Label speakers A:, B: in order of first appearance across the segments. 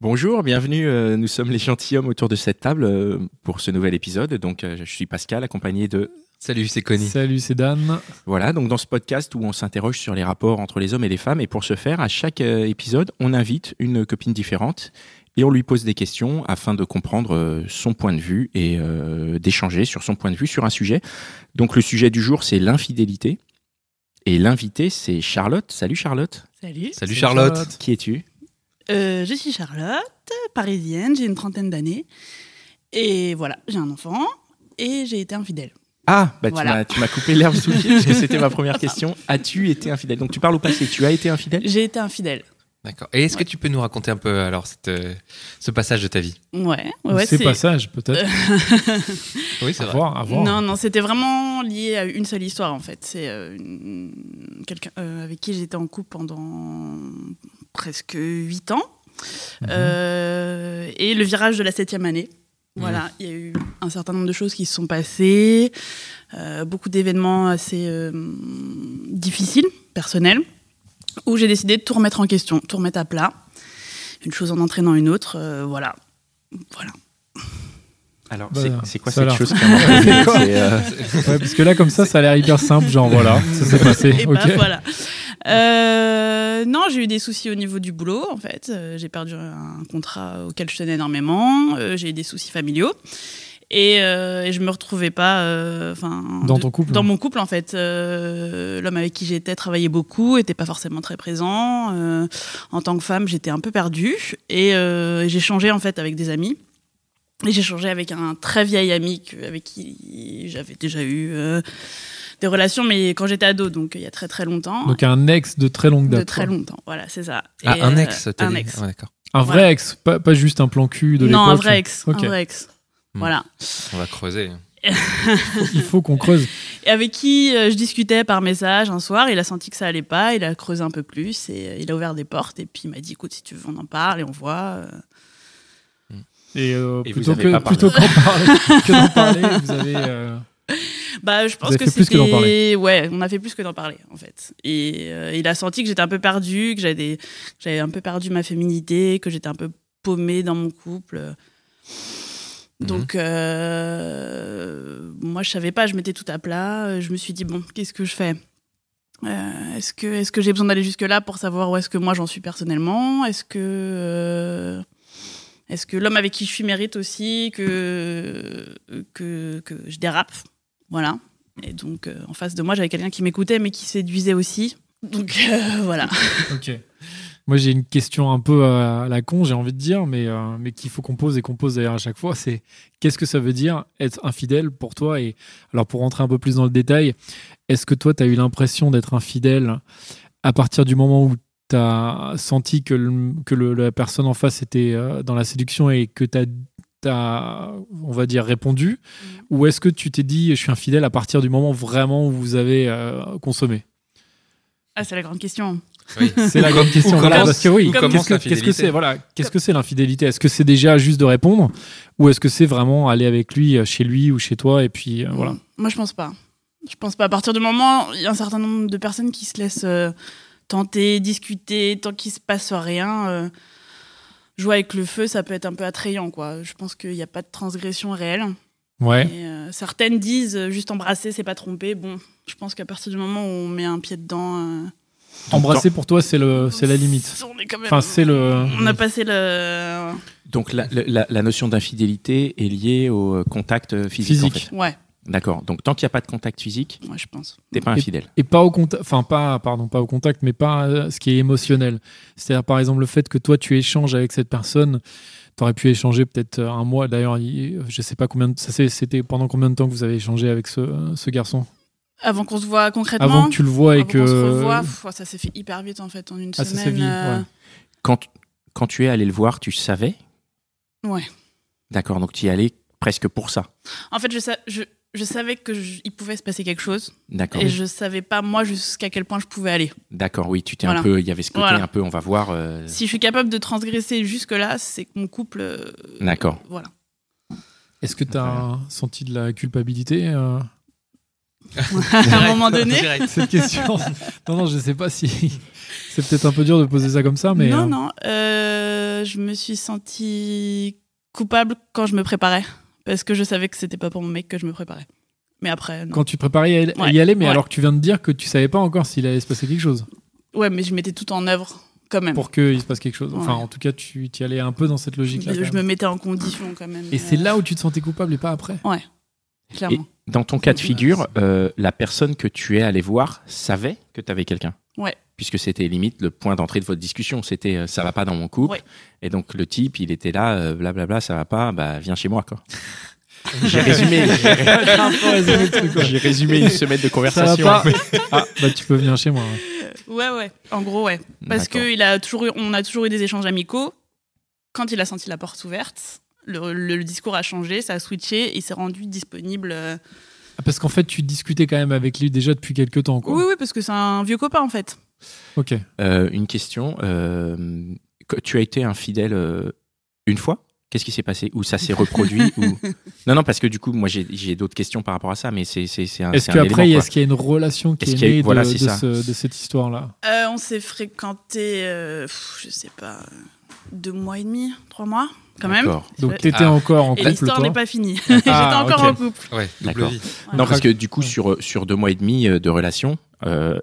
A: Bonjour, bienvenue. euh, Nous sommes les gentilshommes autour de cette table euh, pour ce nouvel épisode. Donc, euh, je suis Pascal, accompagné de.
B: Salut, c'est Connie.
C: Salut, c'est Dan.
A: Voilà, donc dans ce podcast où on s'interroge sur les rapports entre les hommes et les femmes. Et pour ce faire, à chaque euh, épisode, on invite une copine différente et on lui pose des questions afin de comprendre euh, son point de vue et euh, d'échanger sur son point de vue sur un sujet. Donc, le sujet du jour, c'est l'infidélité. Et l'invité, c'est Charlotte. Salut Charlotte.
D: Salut.
B: Salut Charlotte.
A: Qui es-tu
D: Euh, je suis Charlotte, parisienne, j'ai une trentaine d'années. Et voilà, j'ai un enfant et j'ai été infidèle.
A: Ah, bah tu
D: Voilà.
A: m'as- tu m'as coupé l'herbe sous le pied parce que c'était ma première question. As-tu été infidèle Donc tu parles au passé, tu as été infidèle
D: J'ai été infidèle.
B: D'accord. Et est-ce que tu peux nous raconter un peu alors cette, euh, ce passage de ta vie
D: Ouais, ouais, ouais,
C: c'est pas sage, peut-être.
B: Oui, c'est
C: à voir, à voir.
D: Non, non, c'était vraiment lié à une seule histoire en fait. C'est euh, une- quelqu'un euh, avec qui j'étais en couple pendant presque 8 ans. Euh, et le virage de la septième année. Voilà, il y a eu un certain nombre de choses qui se sont passées, euh, beaucoup d'événements assez euh, difficiles, personnels, où j'ai décidé de tout remettre en question, tout remettre à plat. Une chose en entraînant une autre, euh, voilà. Voilà.
A: Alors,
C: Bah,
A: c'est- c'est quoi
C: ça a
A: cette
C: l'air.
A: chose qui a marqué C'est, euh,
C: Ouais, parce que là, comme ça, ça a l'air hyper simple. Genre, voilà, ça s'est passé.
D: Et
C: ok.
D: bah, voilà. Euh, non, j'ai eu des soucis au niveau du boulot, en fait. Euh, j'ai perdu un contrat auquel je tenais énormément. Euh, j'ai eu des soucis familiaux. Et, euh, et je me retrouvais pas. euh, enfin,
C: Dans
D: de-
C: ton couple
D: Dans mon couple, en fait. Euh, L'homme avec qui j'étais travaillait beaucoup, était pas forcément très présent. Euh, en tant que femme, j'étais un peu perdue. Et euh, j'ai changé, en fait, avec des amis. Et j'ai changé avec un très vieil ami que- avec qui j'avais déjà eu euh, des relations, mais quand j'étais ado, donc il y a très très longtemps.
C: Donc, un ex de très longue date.
D: de très
C: quoi.
D: longtemps, voilà, c'est ça.
B: Ah,
D: Et,
B: un
D: euh,
B: ex, t'as
D: un
B: dit.
D: ex.
B: Ouais, d'accord.
C: Un vrai
D: Voilà.
C: ex, pas, pas juste un plan cul de l'époque.
D: Non, un vrai ex.
C: Ok.
D: Un vrai ex.
B: Hmm.
D: Voilà.
B: On va creuser.
C: Il faut qu'on creuse.
D: Et avec qui euh, je discutais par message un soir, il a senti que ça allait pas, il a creusé un peu plus et euh, il a ouvert des portes et puis il m'a dit écoute, si tu veux, on en parle et on voit. euh.
C: Et, euh,
A: Et vous
C: plutôt,
A: avez
C: que,
A: pas parlé.
C: plutôt qu'en parler, que d'en parler, vous avez. euh,
D: Bah, je pense
C: avez
D: que
C: fait plus que d'en
D: c'était. Ouais, on a fait plus que d'en parler en fait. Et euh, il a senti que j'étais un peu perdue, que j'avais des- que j'avais un peu perdu ma féminité, que j'étais un peu paumée dans mon couple. Donc,
C: Mhm.
D: euh, moi, je savais pas, je mettais tout à plat. euh, Je me suis dit, bon, qu'est-ce que je fais Euh, Est-ce que, est que j'ai besoin d'aller jusque-là pour savoir où est-ce que moi j'en suis personnellement Est-ce que, euh, est-ce que l'homme avec qui je suis mérite aussi que, que, que je dérape Voilà. Et donc, euh, en face de moi, j'avais quelqu'un qui m'écoutait, mais qui séduisait aussi. Donc, euh, voilà.
C: Ok. Moi, j'ai une question un peu euh, à la con, j'ai envie de dire, mais, euh, mais qu'il faut qu'on pose et qu'on pose d'ailleurs à chaque fois. C'est qu'est-ce que ça veut dire être infidèle pour toi Et alors, pour rentrer un peu plus dans le détail, est-ce que toi, tu as eu l'impression d'être infidèle à partir du moment où tu as senti que, le- que le- la personne en face était euh, dans la séduction et que tu as, on va dire, répondu Ou est-ce que tu t'es dit, je suis infidèle à partir du moment vraiment où vous avez euh, consommé
D: Ah, c'est la grande question.
B: Oui.
C: c'est la grande question.
B: Ou
C: voilà,
B: commence-
C: parce que oui,
B: ou
C: qu'est-ce
B: commence
C: que-
B: l'infidélité.
C: qu'est-ce que c'est voilà, qu'est-ce que c'est l'infidélité Est-ce que c'est déjà juste de répondre, ou est-ce que c'est vraiment aller avec lui euh, chez lui ou chez toi et puis euh, voilà.
D: Moi, je pense pas. Je pense pas. À partir du moment, il y a un certain nombre de personnes qui se laissent euh, tenter, discuter, tant qu'il se passe rien. euh, jouer avec le feu, ça peut être un peu attrayant, quoi. Je pense qu'il n'y a pas de transgression réelle.
C: Ouais.
D: Et, euh, certaines disent euh, juste embrasser, c'est pas tromper. Bon, je pense qu'à partir du moment où on met un pied dedans, euh,
C: Embrasser pour toi, c'est le, c'est la limite.
D: On est quand même-
C: Enfin, c'est le.
D: On a passé le.
A: donc la, la- la notion d'infidélité est liée au euh, contact euh, physique. en
C: Physique.
A: fait.
D: Ouais,
A: D'accord. Donc tant qu'il n'y a pas de contact physique,
D: moi je pense.
A: t'es pas infidèle.
C: Et pas au contact, enfin pas, pardon, pas au contact, mais pas euh, ce qui est émotionnel. C'est-à-dire par exemple le fait que toi tu échanges avec cette personne, t'aurais pu échanger peut-être euh, un mois. D'ailleurs, il- je sais pas combien. De, ça c'est- c'était pendant combien de temps que vous avez échangé avec ce, euh, ce garçon
D: Avant qu'on se voit concrètement.
C: Avant que tu le vois et
D: avant qu'on se
C: que
D: revoie, pff, ça s'est fait hyper vite en fait en une
C: Ah, ça
D: semaine.
C: s'est vite,
D: euh,
C: ouais.
A: Quand, quand tu es allé le voir, tu savais
D: Ouais.
A: D'accord, donc tu y allais presque pour ça.
D: En fait, je, sa- je, je savais qu'il pouvait se passer quelque chose
A: D'accord.
D: et je savais pas, moi, jusqu'à quel point je pouvais aller.
A: D'accord, oui, tu t'es
D: Voilà.
A: un peu. Il y avait ce côté
D: Voilà.
A: un peu, on va voir. euh,
D: Si je suis capable de transgresser jusque-là, c'est que mon couple. euh,
A: D'accord.
D: Voilà.
C: Est-ce que tu as senti de la culpabilité euh,
D: à un moment donné.
B: Direct.
C: Cette question. non, non, je sais pas si. C'est peut-être un peu dur de poser ça comme ça, mais.
D: non,
C: euh,
D: non. euh, je me suis sentie coupable quand je me préparais. Parce que je savais que c'était pas pour mon mec que je me préparais. Mais après, non.
C: Quand tu te préparais à y- à y
D: Ouais,
C: aller, mais
D: ouais.
C: alors que tu viens de dire que tu savais pas encore s'il allait se passer quelque chose,
D: Ouais, mais je mettais tout en œuvre quand même.
C: pour qu'il se passe quelque chose. Enfin,
D: Ouais.
C: en tout cas, tu y allais un peu dans cette logique-là. quand
D: je me
C: même.
D: mettais en condition quand même.
C: Et c'est là où tu te sentais coupable et pas après.
D: euh, Clairement.
A: Dans ton cas de figure, euh, la personne que tu es allé voir savait que tu avais quelqu'un.
D: Ouais.
A: Puisque c'était limite le point d'entrée de votre discussion. C'était euh, ça va pas dans mon couple.
D: Ouais.
A: Et donc le type, il était là, euh, blablabla, ça va pas, bah viens chez moi, quoi. J'ai résumé, j'ai- j'ai résumé une semaine de
C: Ça va
A: conversation.
C: pas. Ah, bah tu peux venir chez moi. ouais.
D: Ouais, ouais. En gros, ouais. Parce
A: D'accord.
D: que il a toujours eu- on a toujours eu des échanges amicaux. Quand il a senti la porte ouverte, le, le- le discours a changé, ça a switché, il s'est rendu disponible. euh,
C: Ah, Parce qu'en fait, tu discutais quand même avec lui déjà depuis quelques temps, quoi.
D: Oui, oui, parce que c'est un vieux copain en fait.
C: Ok.
A: Euh, une question. euh, que- tu as été infidèle euh, une fois Qu'est-ce qui s'est passé Ou ça s'est reproduit ou... Non, non, parce que du coup, moi, j'ai- j'ai d'autres questions par rapport à ça, mais c'est c'est- c'est un.
C: Est-ce
A: c'est un
C: qu'après,
A: élément,
C: est-ce qu'il y a une relation qui
A: Est-ce
C: est,
A: qu'il y a eu-
C: née de-
A: voilà,
C: de,
A: c'est ça.
C: ce- de cette histoire-là
D: Euh, on s'est fréquenté, euh, pff, je sais pas, deux mois et demi, trois mois quand
A: quoi.
D: même.
A: D'accord.
C: Donc,
D: Ouais.
C: t'étais
B: Ah.
C: encore en
D: Et
C: couple,
D: l'histoire
C: toi
D: n'est pas finie.
C: Ah,
D: J'étais encore
C: ok.
D: en couple.
B: Ouais, double
A: D'accord.
B: vie.
A: Non,
D: Voilà.
A: parce que du coup,
C: Ouais.
A: sur, sur deux mois et demi euh, de relation, euh,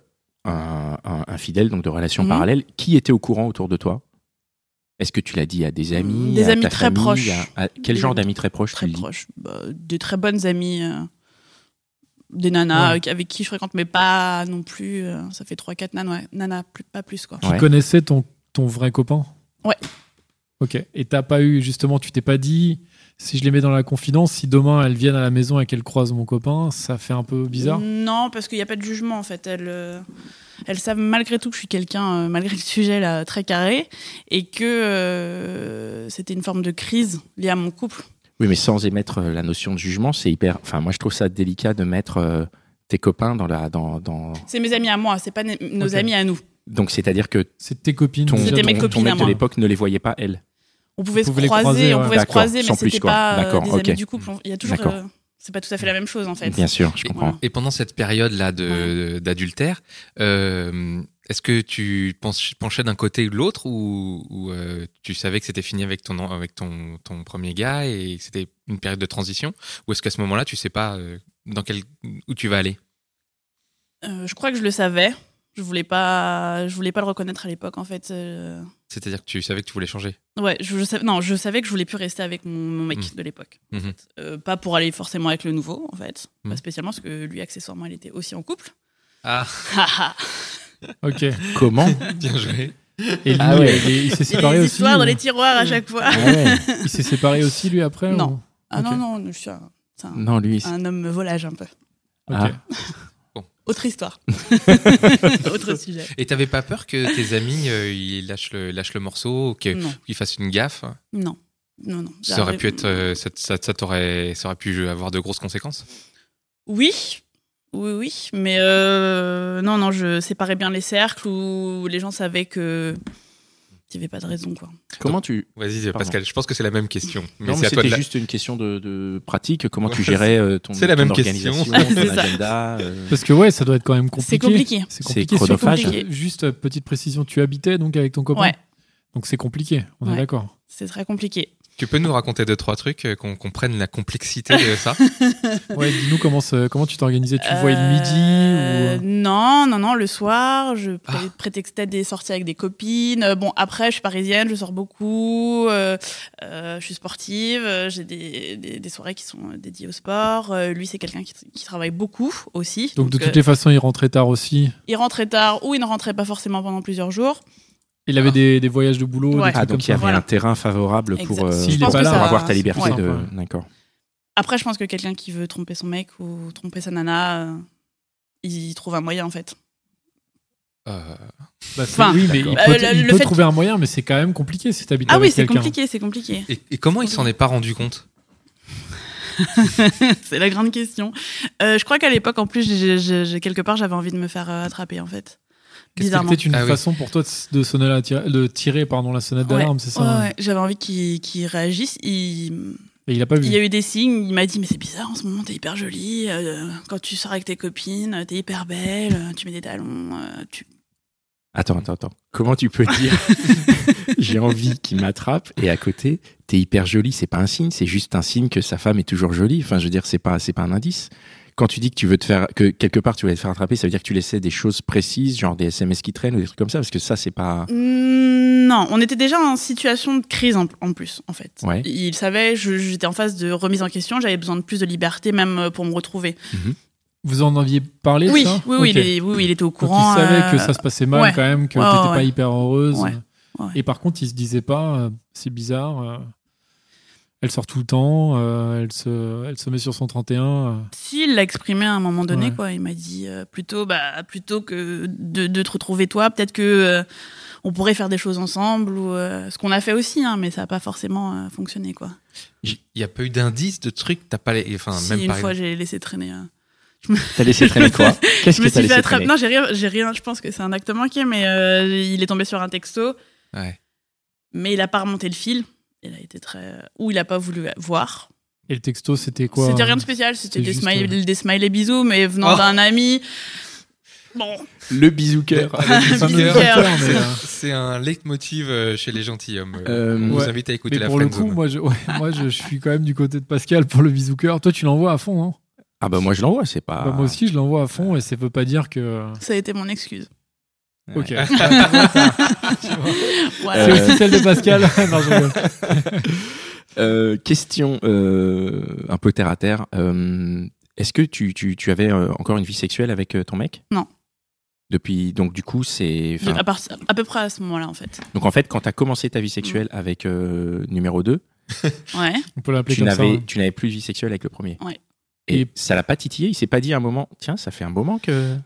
A: un, un- un fidèle, donc de relation
D: Mhm.
A: parallèle, qui était au courant autour de toi Est-ce que tu l'as dit à des amis
D: Des
A: à
D: amis
A: ta
D: très
A: famille,
D: proches.
A: à- à- Quel
D: Des
A: genre
D: amis
A: d'amis très proches
D: très
A: tu le dis
D: proches, Bah, des très bonnes amies, euh, des nanas
C: Ouais.
D: euh, avec qui je fréquente, mais pas non plus. euh, ça fait 3-4 nanas, ouais. nanas plus, pas plus quoi.
C: Tu
A: Ouais.
C: connaissais ton, ton vrai copain
D: Ouais.
C: Ok. Et t'as pas eu, justement, tu t'es pas dit, si je les mets dans la confidence, si demain elles viennent à la maison et qu'elles croisent mon copain, ça fait un peu
D: Mm.
C: bizarre
D: Non, parce qu'il n'y a pas de jugement en fait. Elles, euh, elles savent malgré tout que je suis quelqu'un, euh, malgré le sujet là, très carré, et que euh, c'était une forme de crise liée à mon couple.
A: Oui, mais sans émettre euh, la notion de jugement, c'est hyper. Enfin, moi, je trouve ça délicat de mettre euh, tes copains dans la. Dans, dans...
D: C'est mes amis à moi, c'est pas n- nos
C: Ok.
D: amis à nous.
A: Donc, c'est-à-dire que
C: C'est tes copines
A: ton,
C: déjà,
D: C'était mes
A: ton- ton
C: ton-
D: copines à
A: mec de
D: moi.
A: l'époque ne les voyait pas, elle.
D: On pouvait
C: Vous
D: se
C: pouvez les
D: croiser,
C: croiser,
D: on
C: ouais.
D: pouvait se
A: D'accord,
D: croiser,
A: sans
D: mais
A: plus,
D: c'était
A: quoi.
D: pas euh,
A: D'accord,
D: des
A: ok.
D: amis du couple. On- Il y a toujours,
A: D'accord.
D: euh, c'est pas tout à fait la même chose en fait.
A: Bien sûr, je
D: Et-
A: comprends.
B: Et pendant cette période-là de- d'adultère, euh, est-ce que tu penches- penchais d'un côté ou de l'autre ou, ou, euh, tu savais que c'était fini avec ton, en- avec ton, ton premier gars et que c'était une période de transition Ou est-ce qu'à ce moment-là, tu sais pas euh, dans quel, où tu vas aller
D: Euh, je crois que je le savais. Je voulais pas, je voulais pas le reconnaître à l'époque en fait. Euh,
B: C'est-à-dire que tu savais que tu voulais changer
D: Ouais, je, je savais, non, je savais que je voulais plus rester avec mon, mon mec
B: Mhm.
D: de l'époque.
B: Mhm.
D: Euh, pas pour aller forcément avec le nouveau en fait,
B: Mhm.
D: pas spécialement parce que lui accessoirement il était aussi en couple.
B: Ah,
C: Ok. Et
A: Comment
B: bien joué.
C: lui,
A: Ah ouais.
C: il est- il s'est
D: Il y a
C: séparé
D: des
C: aussi.
D: histoires dans
C: ou-
D: les tiroirs à
B: Hmm.
D: chaque fois.
A: Ah ouais.
C: Il s'est séparé aussi, lui, après
D: Non.
C: ou-
D: Ah
C: Ok.
D: non non, je suis un, c'est un-
A: Non, lui. c'est-
D: un homme volage un peu.
C: Ok.
A: Ah.
D: Autre histoire, autre sujet.
B: Et t'avais pas peur que tes amis euh, ils lâchent, le, lâchent le morceau, ou que-
D: Non
B: qu'ils fassent une gaffe
D: non non non.
B: Ça aurait pu être, euh, ça, ça- ça t'aurait, ça aurait pu avoir de grosses conséquences.
D: Oui, oui, oui, mais euh, non, non, je séparais bien les cercles où les gens savaient que il n'y avait pas de raison, quoi.
A: Comment tu.
B: Vas-y,
A: Pardon.
B: Pascal. Je pense que c'est la même question.
A: Non, mais
B: c'est à toi
A: c'était
B: de la-
A: juste une question de, de pratique. Comment tu
B: Ouais,
A: gérais euh, ton,
B: c'est la
A: ton
B: même question.
A: organisation,
D: C'est
A: ton
D: ça.
A: agenda euh,
C: Parce que ouais, ça doit être quand même compliqué.
D: C'est compliqué.
C: C'est
A: C'est
C: compliqué. surtout
A: chronophage.
C: que- Juste euh, petite précision, tu habitais donc avec ton copain.
D: Ouais.
C: Donc c'est compliqué. On est
D: Ouais.
C: d'accord.
D: C'est très compliqué.
B: Tu peux nous raconter deux trois trucs euh, qu'on comprenne la complexité de ça.
C: Ouais, dis-nous comment se- comment tu t'organisais. Tu le voyais le
D: Euh,
C: midi
D: Non, non, non, le soir, je pré-
B: Ah.
D: prétextais des sorties avec des copines. Euh, Bon, après, je suis parisienne, je sors beaucoup, euh, euh, je suis sportive, euh, j'ai des, des- des soirées qui sont euh, dédiées au sport. Euh, lui, c'est quelqu'un qui, qui travaille beaucoup aussi.
C: ou donc de
D: euh,
C: toutes les façons, il rentrait tard aussi.
D: il rentrait tard ou il ne rentrait pas forcément pendant plusieurs jours.
C: Il avait des, des voyages de boulot.
D: Ah. Ouais.
C: Des trucs
A: Ah, donc
C: comme
A: il y avait
C: ça.
D: Voilà.
A: un terrain favorable pour,
D: Exact.
A: euh,
C: S'il est
A: pour
C: pas là,
A: avoir ta
D: c'est-
A: liberté
C: ouais.
A: de. D'accord.
D: Après, je pense que quelqu'un qui veut tromper son mec ou tromper sa nana, euh, il trouve un moyen en fait.
B: Euh,
C: Bah, c'est-
D: Enfin,
C: oui, mais il
A: D'accord.
C: peut,
D: Euh, le-
C: il
D: le
C: peut
D: fait-
C: trouver un moyen, mais c'est quand même compliqué si t'habites
D: Ah oui,
C: avec
D: c'est
C: quelqu'un.
D: compliqué, c'est compliqué.
B: et, et comment il s'en est pas rendu compte
D: c'est la grande question. Euh, je crois qu'à l'époque, en plus, j'ai- j'ai- j'ai- quelque part, j'avais envie de me faire euh, attraper, en fait.
C: C'est
D: Bizarrement.
C: peut-être une
B: Ah oui.
C: façon pour toi de, s- de sonner la tira- de tirer pardon, la sonnette d'alarme, c'est ça hein.
D: Ouais, ouais, J'avais envie qu'il qu'il réagisse. Il...
C: Et il a pas vu.
D: il y a eu des signes. Il m'a dit Mais c'est bizarre, en ce moment, t'es hyper jolie. euh, quand tu sors avec tes copines, euh, t'es hyper belle. euh, Tu mets des talons. euh, tu...
A: Attends, attends, attends. Comment tu peux dire j'ai envie qu'il m'attrape et à côté, t'es hyper jolie, c'est pas un signe, c'est juste un signe que sa femme est toujours jolie. Enfin, je veux dire, c'est pas, c'est pas un indice. Quand tu dis que tu veux te faire, que quelque part tu vas te faire attraper, ça veut dire que tu laissais des choses précises, genre des SMS qui traînent ou des trucs comme ça, parce que ça, c'est pas.
D: Mm, Non, on était déjà en situation de crise en, en plus, en fait.
A: Ouais.
D: Il savait, je- j'étais en phase de remise en question. J'avais besoin de plus de liberté, même euh, pour me retrouver.
C: Vous en aviez parlé de
D: Oui,
C: ça
D: oui, oui,
C: Ok.
D: il est- oui, oui, il était au
C: Donc,
D: courant.
C: il savait que
D: euh,
C: ça se passait mal
D: ouais.
C: quand même, que
D: Ouais,
C: t'étais
D: ouais,
C: pas
D: ouais.
C: hyper heureuse.
D: Ouais, ouais.
C: Et par contre, il se disait pas, euh, c'est bizarre, euh, elle sort tout le temps, euh, elle, se, elle se met sur son 31. euh.
D: Si, il l'a exprimé à un moment donné,
C: Ouais.
D: quoi. Il m'a dit euh, plutôt, bah, plutôt que de, de te retrouver toi, peut-être que euh, on pourrait faire des choses ensemble ou euh, ce qu'on a fait aussi, hein, mais ça n'a pas forcément euh, fonctionné, quoi.
B: J- Il n'y a pas eu d'indice de truc, t'as pas les. Enfin,
D: si
B: Ah, même
D: une
B: pas.
D: fois j'ai laissé traîner. euh.
A: T'as laissé traîner quoi Qu'est-ce
D: Je
A: que t'as
D: me suis fait
A: laissé
D: attraper.
A: traîner
D: Non, j'ai rien, j'ai rien. Je pense que c'est un acte manqué, mais euh, il est tombé sur un texto,
B: Ouais.
D: mais il a pas remonté le fil. Il a été très, ou il a pas voulu voir.
C: Et le texto, c'était quoi
D: C'était rien de spécial,
C: C'était
D: c'était des,
C: juste, euh, Ah.
D: smileys, des smileys bisous, mais venant
B: Oh.
D: d'un ami. Bon,
A: Le bisou cœur.
B: Le
C: fameux
B: Big
D: Big
B: Air,
C: Air,
B: c'est-
C: mais, euh,
B: C'est un leitmotiv euh, chez les gentilshommes.
A: Euh,
B: On vous
C: ouais.
B: invite à écouter
C: Mais
B: la
C: pour le
B: friendzone.
C: coup, moi, je, ouais, moi je, je suis quand même du côté de Pascal pour le bisou cœur. Toi, tu l'envoies à fond, non
A: Ah bah moi je l'envoie, c'est pas.
C: Bah, Moi aussi, je l'envoie à fond et ça veut pas dire que.
D: ça a été mon excuse.
A: Ouais.
C: Ok.
D: Voilà.
C: c'est aussi celle de Pascal. non, je rigole.
A: Euh, question euh, un peu terre à terre. Euh, Est-ce que tu, tu, tu avais euh, encore une vie sexuelle avec euh, ton mec
D: Non.
A: Depuis, donc du coup, c'est. enfin,
D: Donc, à, part- à peu près à ce moment-là, en fait.
A: donc en fait, quand tu as commencé ta vie sexuelle
D: Mm.
A: avec euh, numéro 2,
D: Ouais.
C: On peut l'appeler
A: tu
C: comme ça.
A: n'avais
C: hein.
A: tu n'avais plus de vie sexuelle avec le premier.
D: Ouais.
A: Et,
C: Et-
A: ça l'a pas titillé, il s'est pas dit à un moment, tiens, ça fait un moment que.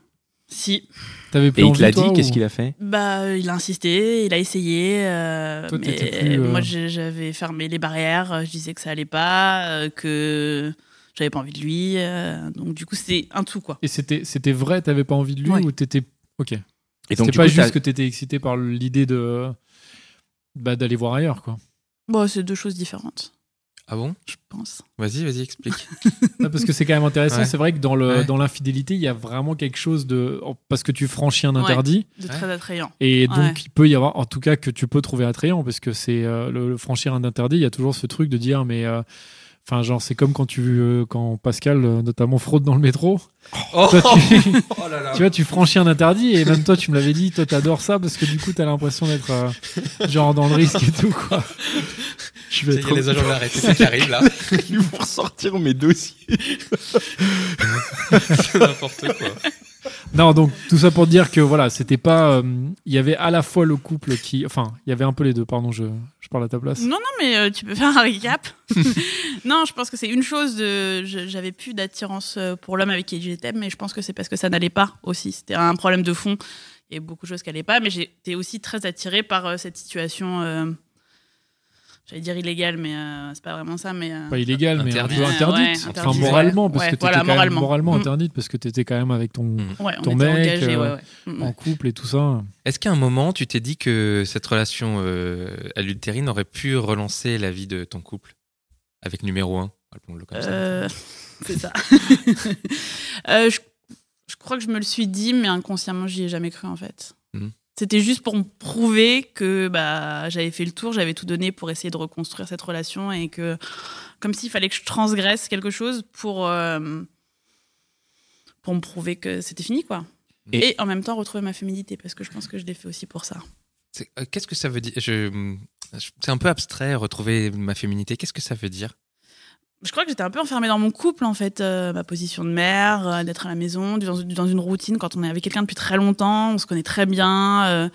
D: Si.
C: T'avais
A: Et
C: plus
A: il te
C: envie,
A: l'a
C: toi,
A: dit,
C: ou-
A: qu'est-ce qu'il a fait
D: Bah, euh, il a insisté, il a essayé. euh,
C: Toi,
D: mais
C: t'étais plus, euh,
D: moi, j'ai- j'avais fermé les barrières. euh, Je disais que ça allait pas, euh, que j'avais pas envie de lui. euh, donc, du coup, c'est un tout, quoi.
C: Et c'était, c'était vrai, t'avais pas envie de lui
D: Ouais.
C: ou t'étais. Ok.
A: Et donc du
C: c'était pas
A: coup, t'as-
C: juste que t'étais excité par l'idée de. Bah, d'aller voir ailleurs, quoi.
D: Bon, c'est deux choses différentes,
B: Ah bon
D: je pense.
B: Vas-y, vas-y, explique.
C: Non, Ah, parce que c'est quand même intéressant.
B: Ouais.
C: C'est vrai que dans, le,
B: Ouais.
C: dans l'infidélité, il y a vraiment quelque chose de. Parce que tu franchis un interdit.
D: De
B: Ouais.
D: très attrayant.
C: Et donc,
D: Ouais.
C: il peut y avoir, en tout cas, que tu peux trouver attrayant, parce que c'est euh, le, le franchir un interdit. Il y a toujours ce truc de dire, mais. euh, Enfin, genre, c'est comme quand tu, euh, quand Pascal, euh, notamment, fraude dans le métro.
B: oh,
C: Toi, tu,
B: oh là là.
C: tu vois, tu franchis un interdit et même toi, tu me l'avais dit, toi, t'adores ça parce que du coup, t'as l'impression d'être euh, genre dans le risque et tout, quoi. Je
B: Il
C: vais
B: y
C: trop-
B: a les agents de la République qui arrivent là.
A: Ils vont ressortir mes dossiers.
B: C'est n'importe quoi.
C: Non, donc tout ça pour dire que voilà, c'était pas. euh, Il y avait à la fois le couple qui. Enfin, il y avait un peu les deux, pardon, je, je parle à ta place.
D: Non, non, mais euh, tu peux faire un récap. non, je pense que c'est une chose de. je- J'avais plus d'attirance euh, pour l'homme avec qui j'étais, mais je pense que c'est parce que ça n'allait pas aussi. C'était un problème de fond. Il y a beaucoup de choses qui n'allaient pas, mais j'étais aussi très attirée par euh, cette situation. euh, J'allais dire illégale, mais euh, c'est pas vraiment ça. Mais euh,
C: Pas illégal, mais un
B: Interdit.
C: peu
B: Ouais,
C: interdite.
D: ouais,
C: enfin,
D: interdit,
C: moralement,
D: ouais.
C: parce
D: Ouais,
C: que t'étais
D: voilà,
C: quand même
D: moralement.
C: moralement
D: Mm.
C: interdite, parce que t'étais quand même avec ton.
D: ouais, on
C: ton
D: était
C: mec,
D: engagés, ouais,
C: euh,
D: ouais. Mm.
C: En couple et tout ça.
B: Est-ce qu'à un moment, tu t'es dit que cette relation euh, adultérine aurait pu relancer la vie de ton couple avec numéro 1 Appelons-le comme ça.
D: Euh, c'est ça. Euh, je, je crois que je me le suis dit, mais inconsciemment, j'y ai jamais cru en fait.
B: Mhm.
D: C'était juste pour me prouver que bah, j'avais fait le tour, j'avais tout donné pour essayer de reconstruire cette relation et que, comme s'il fallait que je transgresse quelque chose pour, euh, pour me prouver que c'était fini, quoi.
A: Et-
D: Et, en même temps, retrouver ma féminité, parce que je pense que je l'ai fait aussi pour ça.
B: C'est- euh, Qu'est-ce que ça veut dire Je- je- C'est un peu abstrait, retrouver ma féminité. Qu'est-ce que ça veut dire
D: je crois que j'étais un peu enfermée dans mon couple, en fait. euh, ma position de mère, euh, d'être à la maison, dans, dans une routine. Quand on est avec quelqu'un depuis très longtemps, on se connaît très bien. euh,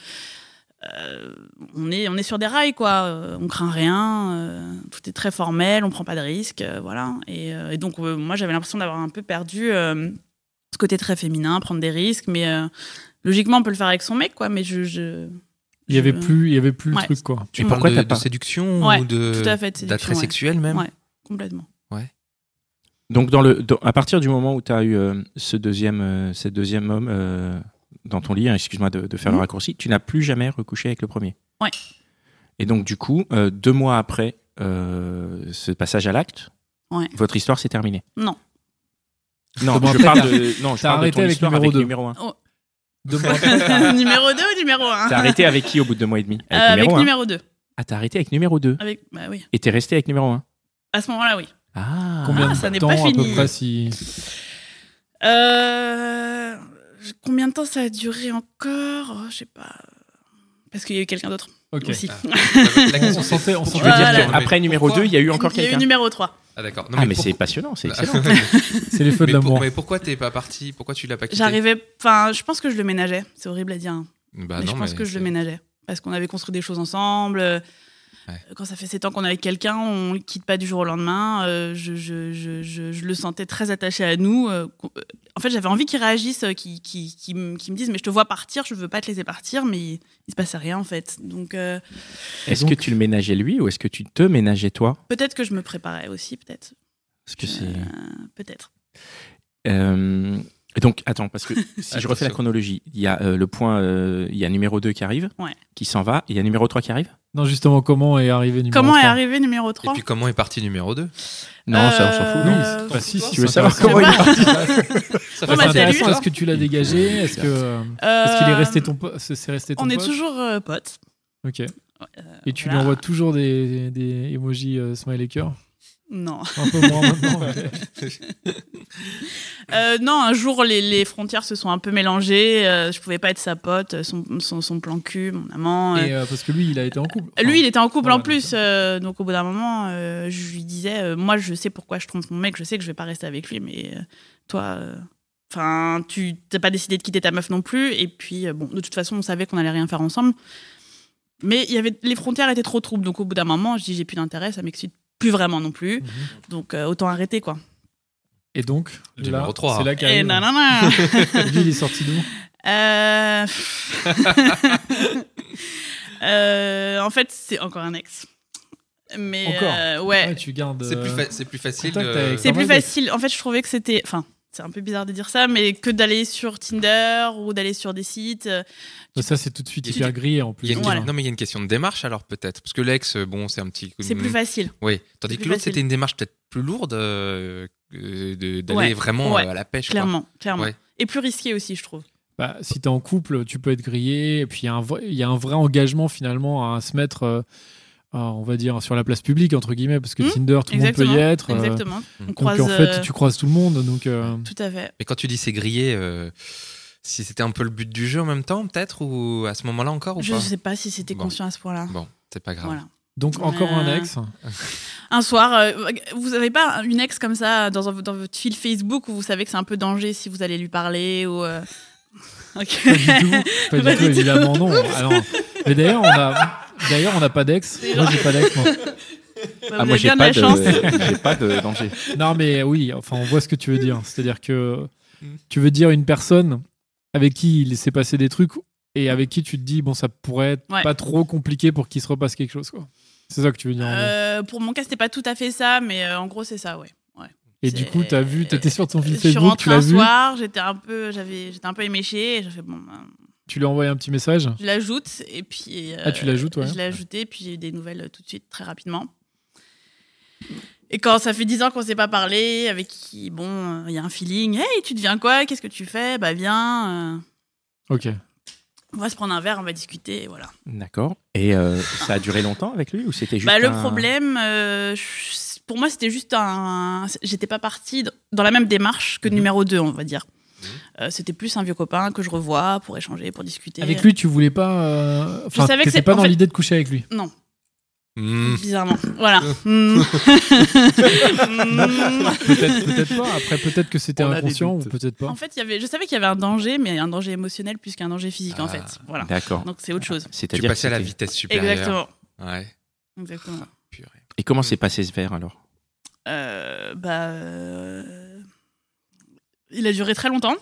D: euh, on, est, on est sur des rails, quoi. euh, on craint rien. euh, tout est très formel, on prend pas de risques. euh, voilà. Et, euh, et donc, euh, moi, j'avais l'impression d'avoir un peu perdu euh, ce côté très féminin, prendre des risques, mais euh, Logiquement, on peut le faire avec son mec, quoi, mais je. je-
C: Il y avait
D: je-
C: plus, il y avait plus
D: Ouais.
C: le truc quoi.
B: Tu
A: Et
B: parles
A: pourquoi
B: de,
A: t'as
B: de
A: pas-
B: séduction
D: Ouais,
B: ou de
D: tout à fait, de séduction,
B: d'attrait
D: ouais.
B: sexuel même
D: Ouais, complètement.
A: Donc, dans le, dans- à partir du moment où tu as eu euh, ce deuxième, euh, ce deuxième homme euh, dans ton lit, hein, excuse-moi de, de faire le
D: Mhm.
A: raccourci, tu n'as plus jamais recouché avec le premier.
D: Ouais.
A: Et donc, du coup, euh, deux mois après euh, ce passage à l'acte,
D: Ouais.
A: votre histoire s'est terminée.
D: Non.
A: Non,
C: Comment
A: je
C: t'as-
A: parle de, non, je parle
C: t'as
A: de
C: arrêté
A: ton
C: avec
A: histoire
C: numéro
A: avec
C: deux.
A: numéro 1.
C: Deux mois.
D: numéro 2 ou numéro 1
A: T'as arrêté avec qui au bout de deux mois et demi Avec numéro
D: Euh, Avec
A: un.
D: numéro 2.
A: Ah, t'as arrêté avec numéro 2.
D: Avec, bah oui.
A: Et t'es resté avec numéro 1.
D: À ce moment-là, oui.
A: Ah.
C: Combien
D: Ah, ça
C: de
D: n'est
C: temps
D: pas
C: à peu
D: fini.
C: près si
D: Euh, Combien de temps ça a duré encore Oh, Je sais pas. Parce qu'il y a eu quelqu'un d'autre
C: Ok.
D: aussi.
B: La
C: On sentait- on
A: Tu
C: sentait-
A: veux
D: Voilà.
A: dire qu'après numéro 2, il y a eu encore
D: Il y a eu
A: quelqu'un
D: numéro 3.
B: Ah d'accord. Non,
A: Ah, mais c'est
B: pourquoi-
A: passionnant, c'est excellent.
C: C'est les feux de
B: mais, pour-
C: l'amour.
B: mais pourquoi t'es pas parti Pourquoi tu l'as pas quitté
D: J'arrivais. Enfin, je pense que je le ménageais. C'est horrible à dire. hein.
B: Bah
D: mais
B: non,
D: je pense
B: mais
D: que je
B: c'est-
D: le ménageais. Parce qu'on avait construit des choses ensemble. euh,
B: Ouais.
D: Quand ça fait 7 ans qu'on est avec quelqu'un, on le quitte pas du jour au lendemain. euh, je, je- je- je- je le sentais très attaché à nous. euh, qu'on- euh, en fait, j'avais envie qu'il réagisse, euh, qu'il qu'il- qu'il me qu'il me dise Mais je te vois partir, je veux pas te laisser partir, mais il, il se passait rien en fait. Donc euh,
A: Est-ce que tu le ménageais lui ou est-ce que tu te ménageais toi
D: peut-être que je me préparais aussi, peut-être.
A: Parce que
D: Euh,
A: c'est.
D: Peut-être.
A: Euh, et Donc, attends, parce que si je refais la
B: Attention.
A: chronologie, il y a euh, le point, euh, il y a numéro 2 qui arrive,
D: Ouais.
A: qui s'en va, et il y a numéro 3 qui arrive
C: Non justement comment est arrivé numéro
D: Comment est
C: 3?
D: arrivé numéro 3
B: Et puis comment est parti numéro 2
A: Non, ça, on s'en fout.
D: Euh,
A: Non.
C: Oui, bah, si, si,
A: Si tu veux
C: c'est
A: savoir
C: intéressant.
A: comment il est parti.
B: Ça
D: Non,
C: C'est
D: bah, c'est
C: intéressant.
D: lui,
C: Est-ce que tu l'as dégagé Est-ce que est-ce qu'il est resté ton pote C'est resté ton
D: Euh, On est
C: pote
D: toujours euh, potes.
C: Ok.
D: Euh,
C: Et tu lui
D: voilà.
C: envoies toujours des, des emojis euh, smiley cœur
D: Non.
C: Un peu moins maintenant. mais-
D: Euh, non, un jour, les, les frontières se sont un peu mélangées. euh, je pouvais pas être sa pote, son, son, son plan cul, mon amant. euh.
C: Et, euh, parce que lui, il a été en couple. Enfin,
D: Lui, il était en couple
C: voilà,
D: en
C: donc
D: plus,
C: ça.
D: euh, donc au bout d'un moment, euh, je lui disais, euh, moi, je sais pourquoi je trompe mon mec, je sais que je vais pas rester avec lui, mais euh, toi, enfin, tu t'as pas décidé de quitter ta meuf non plus, et puis euh, bon, de toute façon, on savait qu'on allait rien faire ensemble, mais il y avait les frontières étaient trop troubles, donc au bout d'un moment, je dis, j'ai plus d'intérêt, ça m'excite plus vraiment non plus,
C: Mhm.
D: donc euh, autant arrêter quoi.
C: Et donc,
B: Le
C: là,
B: numéro trois.
C: c'est là
D: Et
C: qu'arrive. hein.
D: nanana.
C: Lui, il est sorti d'où
D: Euh, pff. Euh, en fait, c'est encore un ex. Mais
C: Encore
D: euh, ouais,
C: Ouais, Tu gardes.
B: C'est
C: euh,
B: plus, fa- c'est plus facile.
C: contact
B: euh,
C: avec-
D: c'est
C: pas
D: plus
C: mal d'ex.
D: facile. En fait, je trouvais que c'était, enfin, c'est un peu bizarre de dire ça, mais que d'aller sur Tinder ou d'aller sur des sites. euh,
C: bah, Ça, c'est tout de suite
B: Il y a-
C: hyper grillé en
B: il
C: plus.
B: y a une-
D: Voilà.
B: Non, mais il y a une question de démarche alors peut-être. Parce que l'ex, euh, bon, c'est un petit coup de.
D: C'est plus facile.
B: Oui. Tandis
D: plus
B: que l'autre,
D: facile.
B: c'était une démarche peut-être plus lourde euh, euh, de- d'aller
D: Ouais.
B: vraiment
D: Ouais.
B: euh, à la pêche. quoi.
D: Clairement, clairement.
B: Ouais.
D: Et plus risqué aussi, je trouve.
C: Bah, si t'es en couple, tu peux être grillé. Et puis, il y, a un vrai- il y a un vrai engagement finalement à se mettre, euh, euh, on va dire, sur la place publique, entre guillemets, parce que
D: Hmm,
C: Tinder, tout le monde peut y être. euh,
D: Exactement.
B: donc,
D: On
B: en
C: donc,
D: croise.
C: en fait,
D: euh,
C: tu croises tout le monde. Donc, euh,
D: Tout à fait.
B: Mais quand tu dis c'est grillé, euh, si c'était un peu le but du jeu en même temps, peut-être, ou à ce moment-là encore, ou
D: Je
B: pas
D: sais pas si c'était
B: Bon.
D: conscient à ce point-là.
B: Bon, c'est pas grave.
D: Voilà.
C: donc encore un ex.
D: Un soir, euh, vous n'avez pas une ex comme ça dans, un- dans votre fil Facebook où vous savez que c'est un peu danger si vous allez lui parler ou. euh, Ok.
C: Pas du tout. Pas
D: Pas
C: du tout,
D: du tout.
C: évidemment, non. Alors, mais d'ailleurs, on a. D'ailleurs, on n'a pas d'ex.
D: C'est
C: Moi, j'ai pas d'ex. moi.
D: Bah,
A: Ah,
D: vous
A: moi,
D: avez
A: j'ai
D: bien de
A: pas,
D: la chance.
A: de... j'ai pas de danger.
C: Non, mais oui, enfin, on voit ce que tu veux dire. C'est-à-dire que tu veux dire une personne avec qui il s'est passé des trucs et avec qui tu te dis, bon, ça pourrait être
D: Ouais.
C: pas trop compliqué pour qu'il se repasse quelque chose, quoi. C'est ça que tu veux dire. en gros.
D: Euh, pour mon cas, c'était pas tout à fait ça, mais euh, en gros, c'est ça, ouais.
C: et du coup,
D: c'est-
C: t'as vu, t'étais sur ton
D: Je
C: fil
D: suis
C: Facebook, tu
D: rentrée
C: l'as
D: un
C: vu,
D: soir, j'étais un peu, j'avais, j'étais un peu éméchée, et j'ai fait bon, ben,
C: tu lui as envoyé un petit message.
D: je l'ajoute et puis. euh,
C: Ah, tu l'ajoutes, ouais.
D: Je l'ai ajouté, puis j'ai eu des nouvelles euh, tout de suite, très rapidement. Et quand ça fait 10 ans qu'on s'est pas parlé, avec qui, bon, euh, il y a un feeling. Hey, tu deviens quoi Qu'est-ce que tu fais Bah, viens. euh,
C: Ok.
D: On va se prendre un verre, on va discuter, et voilà.
A: D'accord. Et euh, ça a duré longtemps avec lui ou c'était juste.
D: Bah, le
A: un-
D: problème, euh, je- pour moi, c'était juste un. J'étais pas partie d- dans la même démarche que
B: Mhm.
D: numéro 2, on va dire.
C: Mhm.
D: Euh, c'était plus un vieux copain que je revois pour échanger, pour discuter.
C: Avec lui, tu voulais pas. euh, Enfin,
D: savais que
C: t'étais
D: c'est-
C: pas
D: en
C: dans
D: fait-
C: l'idée de coucher avec lui.
B: Mmh.
D: Bizarrement. Voilà. Mm. Mm.
C: Peut-être, peut-être pas. Après, peut-être que c'était
A: On a des
C: inconscient ou
A: doutes.
C: peut-être pas.
D: en fait, il y avait, je savais qu'il y avait un danger, mais un danger émotionnel plus qu'un danger physique, en
B: Ah.
D: fait. Voilà.
A: D'accord.
D: Donc, c'est autre chose.
B: Tu
A: C'est-à-dire. que
B: passais à la
A: c'était-
B: vitesse supérieure.
D: Exactement.
B: Ouais.
D: Exactement.
B: Purée.
A: Et comment s'est passé ce verre alors
D: Euh, bah, euh, il a duré très longtemps.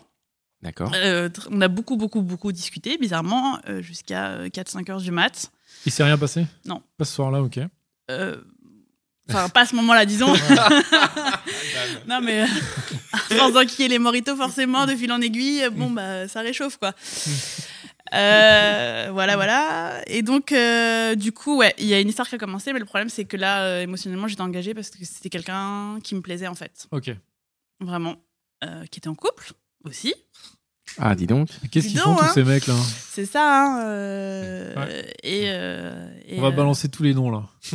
A: D'accord.
D: Euh, tr- on a beaucoup, beaucoup, beaucoup discuté, bizarrement, euh, jusqu'à euh, 4-5 heures du mat.
C: Il s'est rien passé
D: Non.
C: Pas ce soir-là, ok.
D: Euh, Enfin, pas à ce moment-là, disons. non, mais euh, à force d'enquiller les moritos, forcément, de fil en aiguille, euh, bon, bah, ça réchauffe, quoi. Euh, voilà, voilà. Et donc, euh, du coup, ouais, il y a une histoire qui a commencé, mais le problème, c'est que là, euh, émotionnellement, j'étais engagée parce que c'était quelqu'un qui me plaisait, en fait.
C: Ok.
D: Vraiment. Euh, qui était en couple aussi.
A: Ah, dis donc.
C: Qu'est-ce qu'ils
D: Dis
C: font
D: donc,
C: tous
D: hein.
C: ces mecs-là
D: C'est ça, hein, euh,
C: Ouais.
D: Et, euh, et,
C: On va
D: euh,
C: balancer tous les noms là.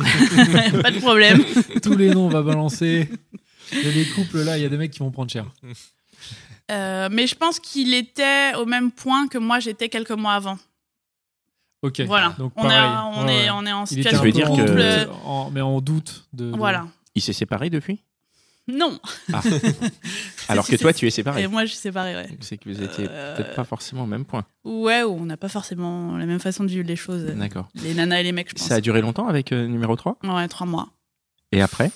D: pas de problème.
C: tous les noms, on va balancer. Il y a des couples là, il y a des mecs qui vont prendre cher.
D: Euh, mais je pense qu'il était au même point que moi j'étais quelques mois avant.
C: Ok.
D: Voilà.
C: Donc
D: on, est-
C: pareil.
D: on
C: Ouais,
D: est,
C: ouais.
D: on est en
C: Il était un
D: situation
A: veut
C: peu
D: de
A: dire
C: en,
A: que-
D: couple. euh,
C: en- mais en doute de. de-
D: Voilà.
A: Il s'est séparé depuis
D: Non.
A: Ah. Alors
D: si,
A: que
D: si,
A: toi,
D: si.
A: tu es séparé.
D: Et moi je suis séparée, ouais.
A: C'est que vous étiez
D: Euh,
A: peut-être pas forcément au même point.
D: Ouais, ou on n'a pas forcément la même façon de vivre les choses. euh,
A: D'accord.
D: Les nanas et les mecs, je pense.
A: Ça a duré longtemps avec euh, numéro 3
D: Ouais, trois mois.
A: Et après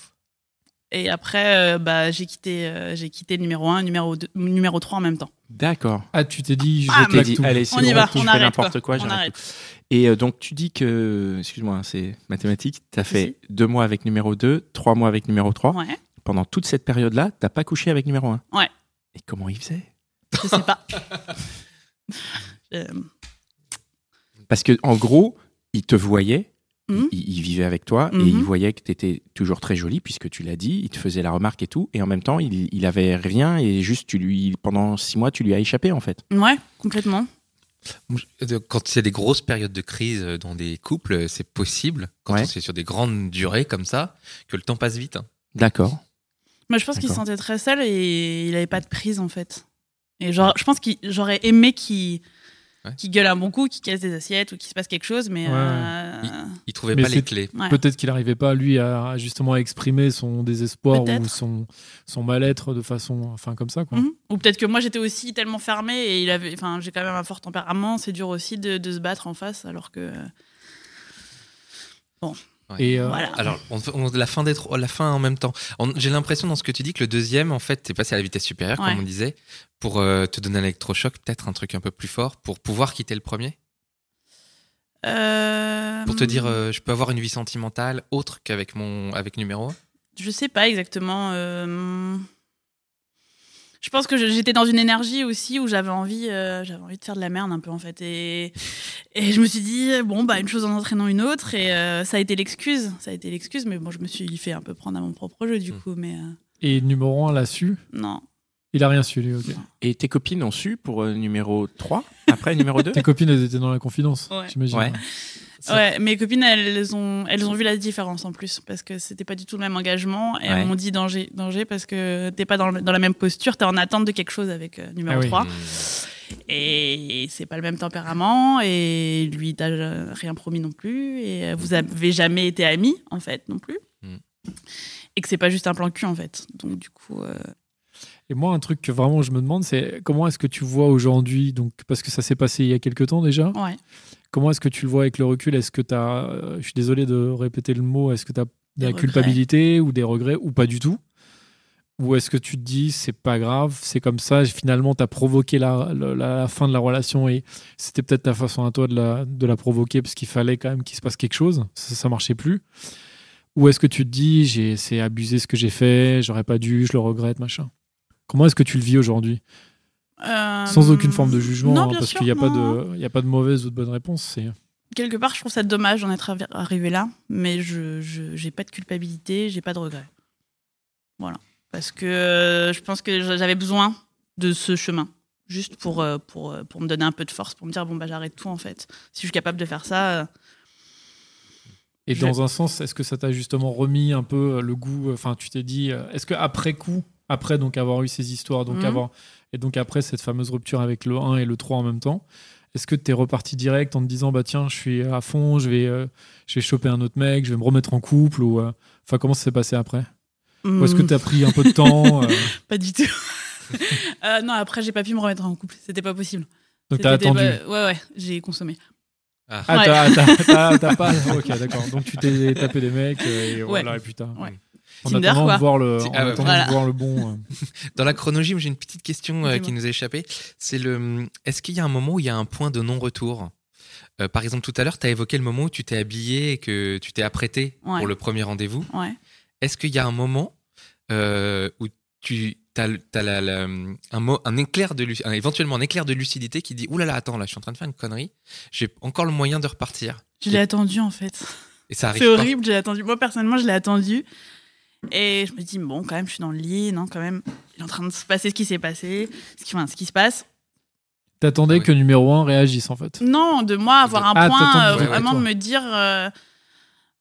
D: Et après, euh, bah, j'ai quitté, euh, j'ai quitté le numéro 1, numéro 2, numéro 3 en même temps.
A: D'accord.
C: Ah, tu t'es dit, je
D: Ah,
C: plaque
A: T'as dit,
C: tout.
A: allez, c'est
D: on y
A: bon,
D: va,
A: je
D: on
A: fais
D: arrête.
A: n'importe quoi,
D: on
A: j'arrête
D: arrête.
A: Et euh, donc, tu dis que, excuse-moi, hein, c'est mathématique, tu as fait deux mois avec numéro 2, trois mois avec numéro 3.
D: Ouais,
A: Pendant toute cette période-là, t'as pas couché avec numéro 1.
D: Ouais.
A: Et comment il faisait
D: je sais pas. Euh,
A: Parce que en gros, il te voyait,
D: Mhm.
A: il, il vivait avec toi,
D: Mhm.
A: et il voyait que tu étais toujours très jolie, puisque tu l'as dit, il te faisait la remarque et tout, et en même temps, il, il avait rien, et juste, tu lui, pendant six mois, tu lui as échappé, en fait.
D: ouais, complètement.
B: Moi, je- euh, Quand il y a des grosses périodes de crise euh, dans des couples, euh, c'est possible. Quand
A: Ouais.
B: on- c'est sur des grandes durées comme ça, que le temps passe vite. hein.
A: D'accord.
D: Moi, je pense qu'il se
A: D'accord.
D: sentait très seul et il avait pas de prise, en fait. Et genre, je pense que j'aurais aimé qu'il
B: Ouais.
D: qu'il gueule un bon coup, qu'il casse des assiettes ou qu'il se passe quelque chose, mais.
C: Ouais.
D: euh,
B: Il trouvait
C: Mais
B: pas
C: c'est-
B: les clés.
D: ouais.
C: Peut-être qu'il n'arrivait pas, lui, à à justement exprimer son désespoir ou
D: Peut-être.
C: son, son mal-être de façon. Enfin, comme ça, quoi.
D: Mhm. Ou peut-être que moi, j'étais aussi tellement fermée et il avait. Enfin, j'ai quand même un fort tempérament, c'est dur aussi de, de se battre en face, alors que. euh,
C: Et euh,
D: Voilà.
B: Alors, on, on- la, fin des, trois- la fin en même temps. On- J'ai l'impression dans ce que tu dis que le deuxième, en fait, t'es passé à la vitesse supérieure,
D: Ouais.
B: comme on disait, pour euh, te donner un électrochoc, peut-être un truc un peu plus fort, pour pouvoir quitter le premier.
D: Euh,
B: Pour te dire, euh, je peux avoir une vie sentimentale autre qu'avec mon avec numéro un.
D: Je sais pas exactement. euh, Je pense que je- j'étais dans une énergie aussi où j'avais envie, euh, j'avais envie de faire de la merde un peu en fait. Et, et je me suis dit, bon, bah, une chose en entraînant une autre. Et euh, ça a été l'excuse. Ça a été l'excuse, mais bon, je me suis fait un peu prendre à mon propre jeu du
B: Mm.
D: coup. Mais euh,
C: et numéro 1 l'a su.
D: non.
C: Il a rien su, lui, ok.
A: Et tes copines ont su pour euh, numéro 3, après numéro 2
C: Tes copines, elles étaient dans la confidence,
D: Ouais.
C: j'imagine.
B: Ouais. Ça-
D: Ouais, mes copines, elles ont, elles ont vu la différence en plus parce que c'était pas du tout le même engagement. Et
A: Ouais.
D: elles m'ont dit danger, danger parce que t'es pas dans, le- dans la même posture, t'es en attente de quelque chose avec euh, numéro
C: Ah oui.
D: 3. Et c'est pas le même tempérament, et lui, il t'a euh, rien promis non plus, et euh, vous avez jamais été amis, en fait, non plus.
B: Mm.
D: Et que c'est pas juste un plan cul, en fait. Donc, du coup, euh,
C: Et moi, un truc que vraiment je me demande, c'est comment est-ce que tu vois aujourd'hui, donc parce que ça s'est passé il y a quelques temps déjà,
D: ouais.
C: comment est-ce que tu le vois avec le recul Est-ce que tu as, je suis désolé de répéter le mot, est-ce que tu as de
D: Des
C: la
D: regrets.
C: culpabilité ou des regrets ou pas du tout Ou est-ce que tu te dis, c'est pas grave, c'est comme ça, finalement, tu as provoqué la, la- la fin de la relation et c'était peut-être ta façon à toi de la, de la provoquer parce qu'il fallait quand même qu'il se passe quelque chose, ça, ça marchait plus Ou est-ce que tu te dis, j'ai- c'est abusé ce que j'ai fait, j'aurais pas dû, je le regrette, machin Comment est-ce que tu le vis aujourd'hui
D: Euh,
C: Sans aucune forme de jugement,
D: non,
C: hein,
D: bien
C: parce
D: sûr,
C: qu'il n'y a, pas
D: non, non.
C: de- il y a pas de mauvaise ou de bonne réponse. c'est-
D: Quelque part, je trouve ça dommage d'en être arri- arrivé là, mais je je- j'ai pas de culpabilité, j'ai pas de regret. Voilà. Parce que euh, je pense que j'avais besoin de ce chemin, juste pour, euh, pour, euh, pour me donner un peu de force, pour me dire, bon, bah, j'arrête tout, en fait. Si je suis capable de faire ça. euh,
C: Et
D: Je-
C: dans un sens, est-ce que ça t'a justement remis un peu euh, le goût Enfin, tu t'es dit, euh, est-ce que après coup, après donc avoir eu ces histoires, donc
D: Mhm.
C: avoir et donc après cette fameuse rupture avec le 1 et le 3 en même temps, est-ce que t'es reparti direct en te disant bah tiens, je suis à fond, je vais, euh, je vais choper un autre mec, je vais me remettre en couple ou euh, enfin comment ça s'est passé après Ou est-ce que
D: hmm.
C: t'as pris un peu de temps euh,
D: Pas du tout. Euh, non, après, j'ai pas pu me remettre en couple. C'était pas possible.
C: Donc t'as
D: C'était
C: attendu.
D: des- Ouais, ouais, j'ai consommé.
B: Ah.
C: Ah,
D: Ouais.
C: t'as- t'as- t'as t'as pas. Ok, d'accord. Donc tu t'es tapé des mecs euh, et
D: Ouais.
C: voilà, et putain.
D: Ouais.
C: En
D: Tinder,
C: attendant
D: quoi.
C: de voir le,
B: C'est-
C: en
B: ah ouais,
C: attendant
D: voilà.
C: de voir le bon. euh,
B: Dans la chronologie, moi, j'ai une petite question euh, qui
D: Dis-moi.
B: nous a échappé. C'est le. hum, Est-ce qu'il y a un moment où il y a un point de non-retour Euh, Par exemple, tout à l'heure, tu as évoqué le moment où tu t'es habillé et que tu t'es apprêté
D: Ouais.
B: pour le premier rendez-vous.
D: Ouais.
B: Est-ce qu'il y a un moment euh, où tu as, un, mo- un éclair de lu- un- éventuellement un éclair de lucidité qui dit oulala là là, attends là je suis en train de faire une connerie j'ai encore le moyen de repartir
D: Je l'ai attendu en fait.
C: Ah,
B: et ça arrive
D: C'est
B: pas.
D: horrible, j'ai attendu. Moi, personnellement, je l'ai attendu. Et je me dis, bon, quand même, je suis dans le lit, non, quand même, il est en train de se passer ce qui s'est passé, ce qui, enfin, ce qui se passe.
C: T'attendais
B: Ah oui. Mm.
C: que numéro 1 réagisse en fait.
D: Non, de moi, avoir un
C: Ah,
D: point,
C: t'attends,
D: euh,
B: ouais, ouais,
D: vraiment
C: toi.
D: de me dire, euh,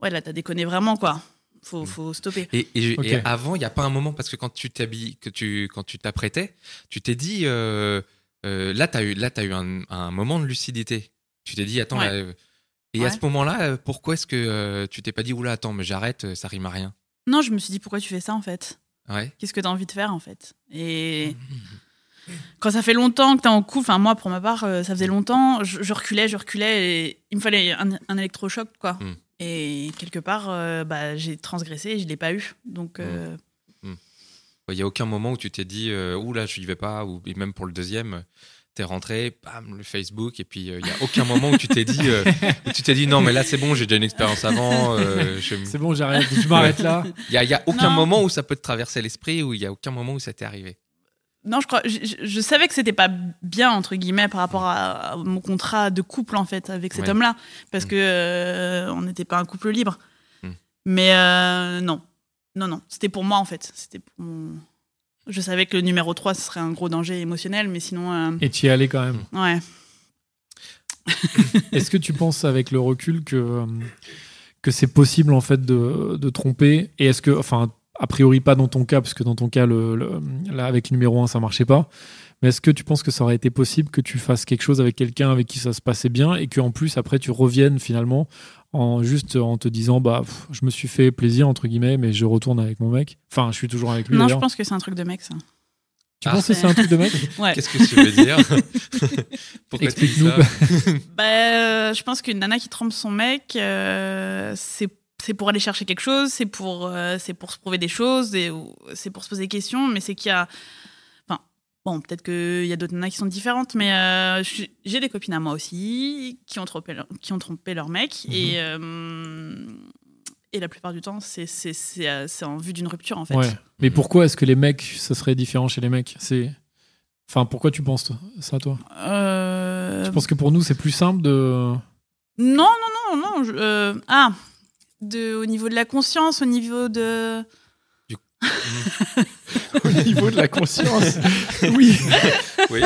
D: ouais, là, t'as déconné vraiment, quoi.
C: Hmm.
D: Faut, faut stopper.
B: Et, et je-
C: Ok.
B: et avant, il n'y a pas un moment, parce que quand tu t'habilles, que tu, quand tu t'apprêtais, tu t'es dit, euh, euh, là, tu as eu, là, t'as eu un, un moment de lucidité. Tu t'es dit, attends,
D: Ouais.
B: là, euh, et à
D: Ouais.
B: ce moment-là, euh, pourquoi est-ce que euh, tu t'es pas dit, oula, attends, mais j'arrête, euh, ça rime à rien
D: Non, je me suis dit, pourquoi tu fais ça, en fait
B: Ouais.
D: Qu'est-ce que t'as envie de faire, en fait Et quand ça fait longtemps que t'es en couple, enfin, moi, pour ma part, euh, ça faisait longtemps, je, je reculais, je reculais, et il me fallait un, un électrochoc, quoi.
B: Mm.
D: Et quelque part, euh, bah, j'ai transgressé et je l'ai pas eu. Donc, euh,
B: Il n'y a aucun moment où tu t'es dit, euh, oula, je n'y vais pas, ou et même pour le deuxième. T'es rentré, bam, le Facebook, et puis euh, il n'y a aucun moment où tu t'es dit, euh, où tu t'es dit, non, mais là c'est bon, j'ai déjà une expérience avant, euh, je-
C: C'est bon, j'arrête, je m'arrête là.
B: Il n'y a, il y a aucun
D: Non.
B: moment où ça peut te traverser l'esprit, où il n'y a aucun moment où ça t'est arrivé.
D: Non, je crois. Je, je- je savais que c'était pas bien entre guillemets par rapport à, à mon contrat de couple en fait avec cet
B: Ouais.
D: homme-là, parce
B: Mm.
D: que euh, on n'était pas un couple libre.
B: Mm.
D: Mais euh, non, non, non, c'était pour moi en fait. C'était pour mon- Je savais que le numéro 3, ce serait un gros danger émotionnel, mais sinon, euh,
C: Et tu y es allé quand même.
D: ouais.
B: Mm.
C: Est-ce que tu penses avec le recul que, euh, que c'est possible en fait de, de tromper Et est-ce que, enfin, a priori pas dans ton cas, parce que dans ton cas, le, le- là avec le numéro 1, ça marchait pas. Mais est-ce que tu penses que ça aurait été possible que tu fasses quelque chose avec quelqu'un avec qui ça se passait bien et qu'en plus après tu reviennes finalement en juste en te disant bah pff, je me suis fait plaisir entre guillemets mais je retourne avec mon mec. Enfin, je suis toujours avec lui.
D: Non, je
C: d'ailleurs.
D: pense que c'est un truc de mec, ça.
C: Tu
B: Ah.
C: penses que c'est un truc de mec
D: Ouais.
B: Qu'est-ce que tu veux dire Pourquoi tu dis
C: Explique-nous.
B: ça
D: Bah, euh, je pense qu'une nana qui trompe son mec, euh, c'est c'est pour aller chercher quelque chose, c'est pour euh, c'est pour se prouver des choses, et, ou- c'est pour se poser des questions, mais c'est qu'il y a, enfin bon, peut-être qu'il y a d'autres nanas qui sont différentes, mais euh, je suis- j'ai des copines à moi aussi qui ont trompé leur, qui ont trompé leur mec et euh, et la plupart du temps c'est c'est c'est euh, c'est en vue d'une rupture en fait.
C: Ouais. Mais pourquoi est-ce que les mecs, ça serait différent chez les mecs C'est, enfin, pourquoi tu penses toi, ça, toi
D: Euh,
C: Je pense que pour nous, c'est plus simple de.
D: Non, non, non, non. je- euh, ah, de, au niveau de la conscience, au niveau de.
C: Au niveau de la conscience. oui.
B: Oui.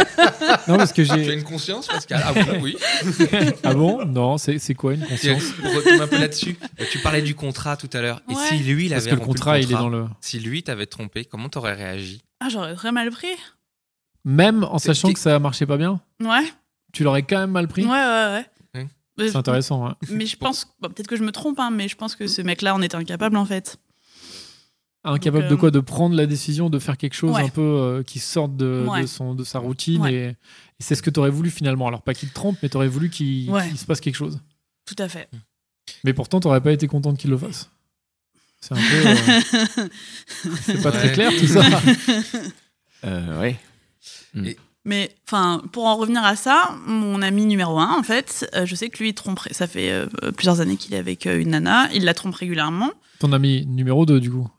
C: Non, parce que
B: Tu as
C: j'ai.
B: une conscience, Pascal Ah oui, oui.
C: Ah bon Non, c'est c'est quoi une
B: Tiens,
C: conscience
B: Pour retomber un peu là-dessus, euh, tu parlais du contrat tout à l'heure. Et
D: Ouais.
B: si lui, il
C: Parce
B: avait
C: que le
B: rompu
C: contrat, il est dans le.
B: Si lui t'avait trompé, comment t'aurais réagi
D: Ah, j'aurais très mal pris.
C: Même en sachant
B: t'es-
C: que ça marchait pas bien,
D: Ouais,
C: tu l'aurais quand même mal pris.
D: ouais, ouais, ouais.
B: Hein
D: Mais-
C: C'est intéressant. hein. ouais.
D: Mais je pense, bon, peut-être que je me trompe, hein, mais je pense que ce mec-là en était incapable en fait.
C: Incapable
D: euh,
C: de quoi De prendre la décision de faire quelque chose
D: Ouais.
C: un peu euh, qui sorte de, de
D: Ouais.
C: son, de sa routine.
D: Ouais.
C: Et, et c'est ce que t'aurais voulu finalement. Alors, pas qu'il te trompe, mais t'aurais voulu qu'il
D: Ouais.
C: qu'il se passe quelque chose.
D: Tout à fait.
C: Mais pourtant, t'aurais pas été contente qu'il le fasse. C'est un peu. euh, c'est pas très
B: Ouais.
C: clair tout ça.
A: Euh, ouais.
D: mais enfin, pour en revenir à ça, mon ami numéro un, en fait, euh, je sais que lui, il trompe. Ça fait euh, plusieurs années qu'il est avec euh, une nana. Il la trompe régulièrement.
C: Ton ami numéro 2, du coup.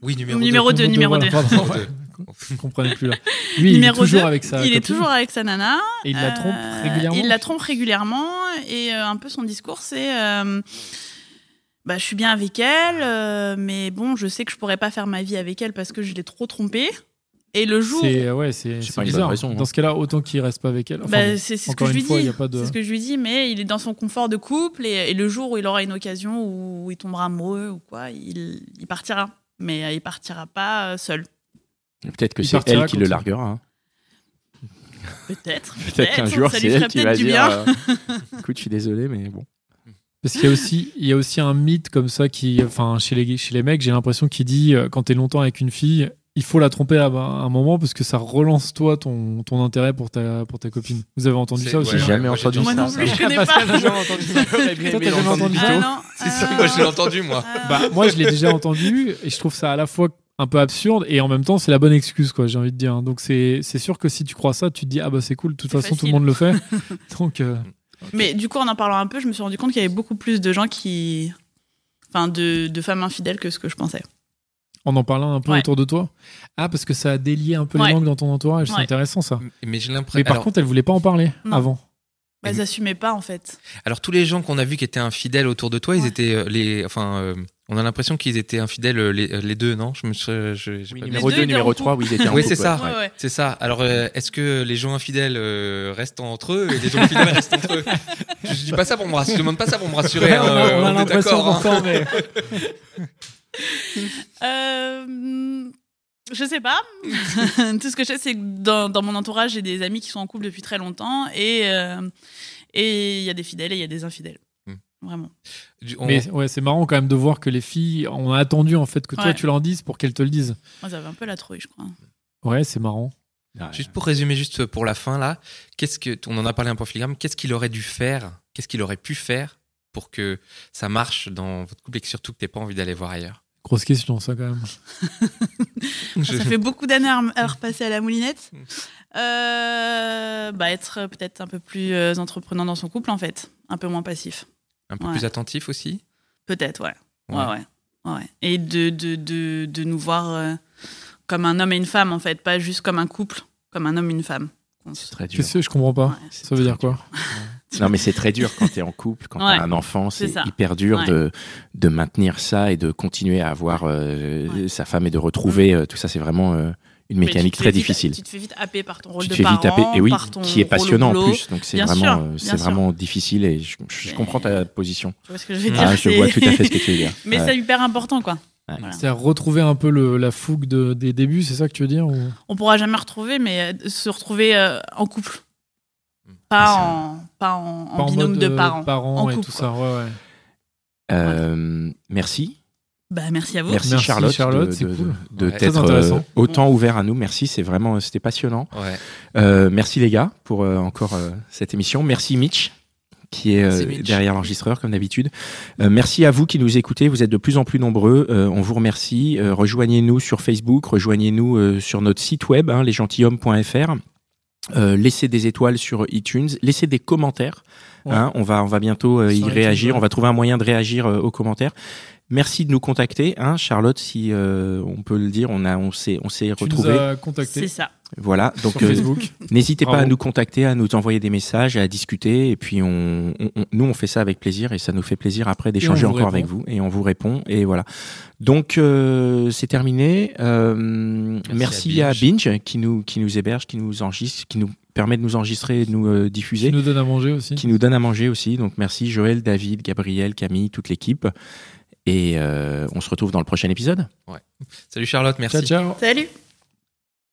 B: Oui, numéro,
D: Numéro
B: deux.
D: deux, numéro
C: voilà,
D: deux.
C: pardon,
B: Numéro
C: ouais,
B: deux.
C: Je comprenais plus là. Lui, il est
D: Numéro
C: toujours
D: deux,
C: avec sa.
D: il est
C: copine
D: toujours avec sa nana.
C: Et il la
D: Euh,
C: trompe régulièrement.
D: Il la trompe régulièrement et euh, un peu son discours c'est euh, bah, je suis bien avec elle, euh, mais bon, je sais que je pourrais pas faire ma vie avec elle parce que je l'ai trop trompée. Et le jour.
C: C'est ouais, c'est
A: C'est
C: c'est
A: pas une
C: bizarre.
A: bonne raison, hein.
C: Dans ce cas-là, autant qu'il reste pas avec elle. Enfin,
D: Bah, c'est c'est ce que
C: encore
D: je
C: une
D: lui
C: fois,
D: dis.
C: y a pas de-
D: C'est ce que je lui dis, mais il est dans son confort de couple et, et le jour où il aura une occasion où il tombera amoureux ou quoi, il, il partira. Mais euh, il partira pas euh, seul.
A: Peut-être que
C: Il
A: c'est
C: partira
A: elle qui
C: quand
A: le
C: il-
A: larguera. hein.
D: Peut-être.
A: Peut-être qu'un
D: peut-être,
A: jour,
D: Eh, ça
A: c'est
D: lui ferait
A: elle qui
D: peut-être
A: va
D: du
A: dire
D: bien.
A: euh, Écoute, je suis désolé, mais bon.
C: Parce qu'il y a aussi, il y a aussi un mythe comme ça qui, enfin, chez les chez les mecs, j'ai l'impression qu'il dit euh, quand t'es longtemps avec une fille, il faut la tromper à à un moment parce que ça relance toi ton, ton intérêt pour ta, pour ta copine. Vous avez entendu
B: C'est-
C: ça aussi
B: ouais,
A: J'ai
C: hein
A: jamais
B: moi, j'ai
A: entendu
B: déjà
D: Moi
A: ça.
D: non
B: entendu
C: Ah, bah, ça,
D: plus, je connais pas.
C: j'aurais entendu ça. Toi, t'as jamais entendu
D: Ah
C: plutôt
D: non,
B: Si, si,
D: ah
B: moi je l'ai
D: non.
B: entendu moi.
D: Ah
C: Bah,
D: non.
C: moi, je l'ai déjà entendu et je trouve ça à la fois un peu absurde et en même temps, c'est la bonne excuse, quoi, j'ai envie de dire. Donc, c'est c'est sûr que si tu crois ça, tu te dis, ah bah c'est cool, de toute
D: C'est
C: façon, tout
D: facile.
C: le monde le fait. Donc, euh,
D: Mais du coup, en en parlant un peu, je me suis rendu compte qu'il y avait beaucoup plus de gens qui. Enfin, de, de femmes infidèles que ce que je pensais.
C: en en parlant un peu
D: Ouais.
C: autour de toi. Ah, parce que ça a délié un peu
D: Ouais.
C: les langues dans ton entourage, c'est
D: Ouais.
C: intéressant ça.
B: Mais j'ai
C: Mais
B: l'impression.
C: par
B: alors-
C: contre, elle voulait pas en parler
D: Non.
C: avant.
B: Bah,
D: Elles n'assumaient pas, en fait.
B: Alors tous les gens qu'on a vus qui étaient infidèles autour de toi, ils
D: Ouais.
B: étaient euh, les. Enfin, euh, on a l'impression qu'ils étaient infidèles euh, les, euh, les deux, non Je me suis- je- j'ai
A: Oui,
B: pas
A: numéro
D: Les deux
A: 2,
D: étaient
A: numéro
D: en
A: 3, oui, ils étaient en
B: Oui,
A: couple,
B: c'est ça.
A: ouais.
D: Ouais, ouais.
B: C'est ça. Alors, euh, est-ce que les gens infidèles euh, restent entre eux et les gens fidèles restent entre eux je, je dis pas ça pour me rassurer. Je demande pas ça pour me rassurer. hein,
C: on a, on a
B: on est
C: l'impression
B: d'accord. hein.
C: pourtant, mais
D: Euh, je sais pas. Tout ce que je sais, c'est que dans, dans mon entourage, j'ai des amis qui sont en couple depuis très longtemps et euh, et il y a des fidèles et il y a des infidèles.
B: Hmm.
D: Vraiment.
B: Du- on-
C: mais ouais, c'est marrant quand même de voir que les filles, on a attendu en fait que toi
D: Ouais.
C: tu leur dises pour qu'elles te le disent.
D: Moi, j'avais un peu la trouille, je crois.
C: Ouais, c'est marrant.
B: Juste pour résumer, juste pour la fin là, qu'est-ce que on en a parlé un peu en filigrane, Qu'est-ce qu'il aurait dû faire Qu'est-ce qu'il aurait pu faire pour que ça marche dans votre couple et que surtout que t'aies pas envie d'aller voir ailleurs
C: Grosse question ça quand même.
B: Je-
D: Ah,
B: Hmm.
D: Ça fait beaucoup d'années à m- à repasser à la moulinette. Euh, bah, être euh, peut-être un peu plus euh, entreprenant dans son couple, en fait. Un peu moins passif.
B: Un peu
D: Ouais.
B: plus attentif aussi.
D: Peut-être, ouais. Ouais,
B: Ouais.
D: ouais. ouais, ouais. Et de, de, de, de nous voir euh, comme un homme et une femme, en fait. Pas juste comme un couple, comme un homme et une femme. On se-
A: Très dur.
C: Qu'est-ce que je comprends pas
D: Ouais.
C: Ça veut dire quoi
A: Non, mais c'est très dur quand t'es en couple, quand
D: Ouais.
A: t'as un enfant, c'est
D: C'est ça.
A: hyper dur
D: Ouais.
A: de, de maintenir ça et de continuer à avoir euh, sa femme et de retrouver euh, tout ça. C'est vraiment euh, une
D: Mais
A: mécanique
D: tu te
A: très
D: fais vite-
A: difficile.
D: Tu te fais vite happer par ton rôle
A: Tu
D: de
A: te fais
D: parent,
A: vite taper, et oui,
D: par ton
A: qui est
D: rôle au
A: passionnant en
D: boulot.
A: plus. Donc c'est
D: Bien
A: vraiment,
D: sûr,
A: euh,
D: bien
A: c'est
D: sûr.
A: vraiment difficile et je, je
D: Mais-
A: comprends ta position.
D: Tu vois ce que je veux dire
A: Ah, je
D: c'est-
A: vois tout à fait ce que tu veux dire.
D: Mais
A: Ouais.
D: c'est hyper important, quoi.
A: Ouais.
D: Voilà.
C: C'est à retrouver un peu le- la fougue de- des débuts, c'est ça que tu veux dire ou-
D: on pourra jamais retrouver, mais euh, se retrouver euh, en couple.
A: Ah,
D: Pas,
A: c'est
D: en, pas en, en
C: Pas en
D: binôme
C: mode,
D: de
C: euh,
D: parents. en
C: et
D: couple,
C: tout ça.
A: Hein,
C: ouais, ouais.
A: Euh, merci.
D: Bah, merci à vous.
A: Merci,
C: Merci,
A: Charlotte,
C: Charlotte,
A: de,
C: c'est
A: de-
C: cool.
A: de
B: Ouais.
A: t'être
C: Très intéressant.
A: euh, autant ouvert à nous. Merci, c'est vraiment, c'était passionnant.
B: Ouais.
A: Euh, merci les gars pour euh, encore euh, cette émission. Merci Mitch qui est euh,
B: Merci, Mitch.
A: derrière l'enregistreur comme d'habitude. Euh, merci à vous qui nous écoutez, vous êtes de plus en plus nombreux, Euh, on vous remercie. Euh, rejoignez-nous sur Facebook, rejoignez-nous euh, sur notre site web hein, lesgentilhommes.fr. Euh, laissez des étoiles sur iTunes, laissez des commentaires.
C: Ouais.
A: hein. on va on va bientôt euh, y
C: Sur iTunes,
A: réagir,
C: ouais.
A: on va trouver un moyen de réagir euh, aux commentaires. Merci de nous contacter, hein, Charlotte, si euh, on peut le dire, on a on s'est on s'est
C: Tu nous
A: retrouvé.
C: as contacté
D: C'est ça.
A: Voilà, donc
C: sur
A: euh,
C: Facebook.
A: N'hésitez pas
C: Bravo.
A: à nous contacter, à nous envoyer des messages, à discuter. Et puis, on, on- on- nous, on fait ça avec plaisir et ça nous fait plaisir après d'échanger
C: on vous
A: encore
C: répond.
A: avec vous. Et on vous répond. Et voilà. Donc, euh, c'est terminé. Euh, merci,
B: Merci
A: à,
B: à
A: Binge. qui nous, qui nous héberge, qui nous enregistre, qui nous permet de nous enregistrer et de nous euh, diffuser,
C: Tu nous donnes à manger aussi.
A: qui nous donne à manger aussi. Donc, merci Joël, David, Gabriel, Camille, toute l'équipe. Et euh, on se retrouve dans le prochain épisode.
B: Salut Charlotte, merci.
C: Ciao, ciao.
D: Salut!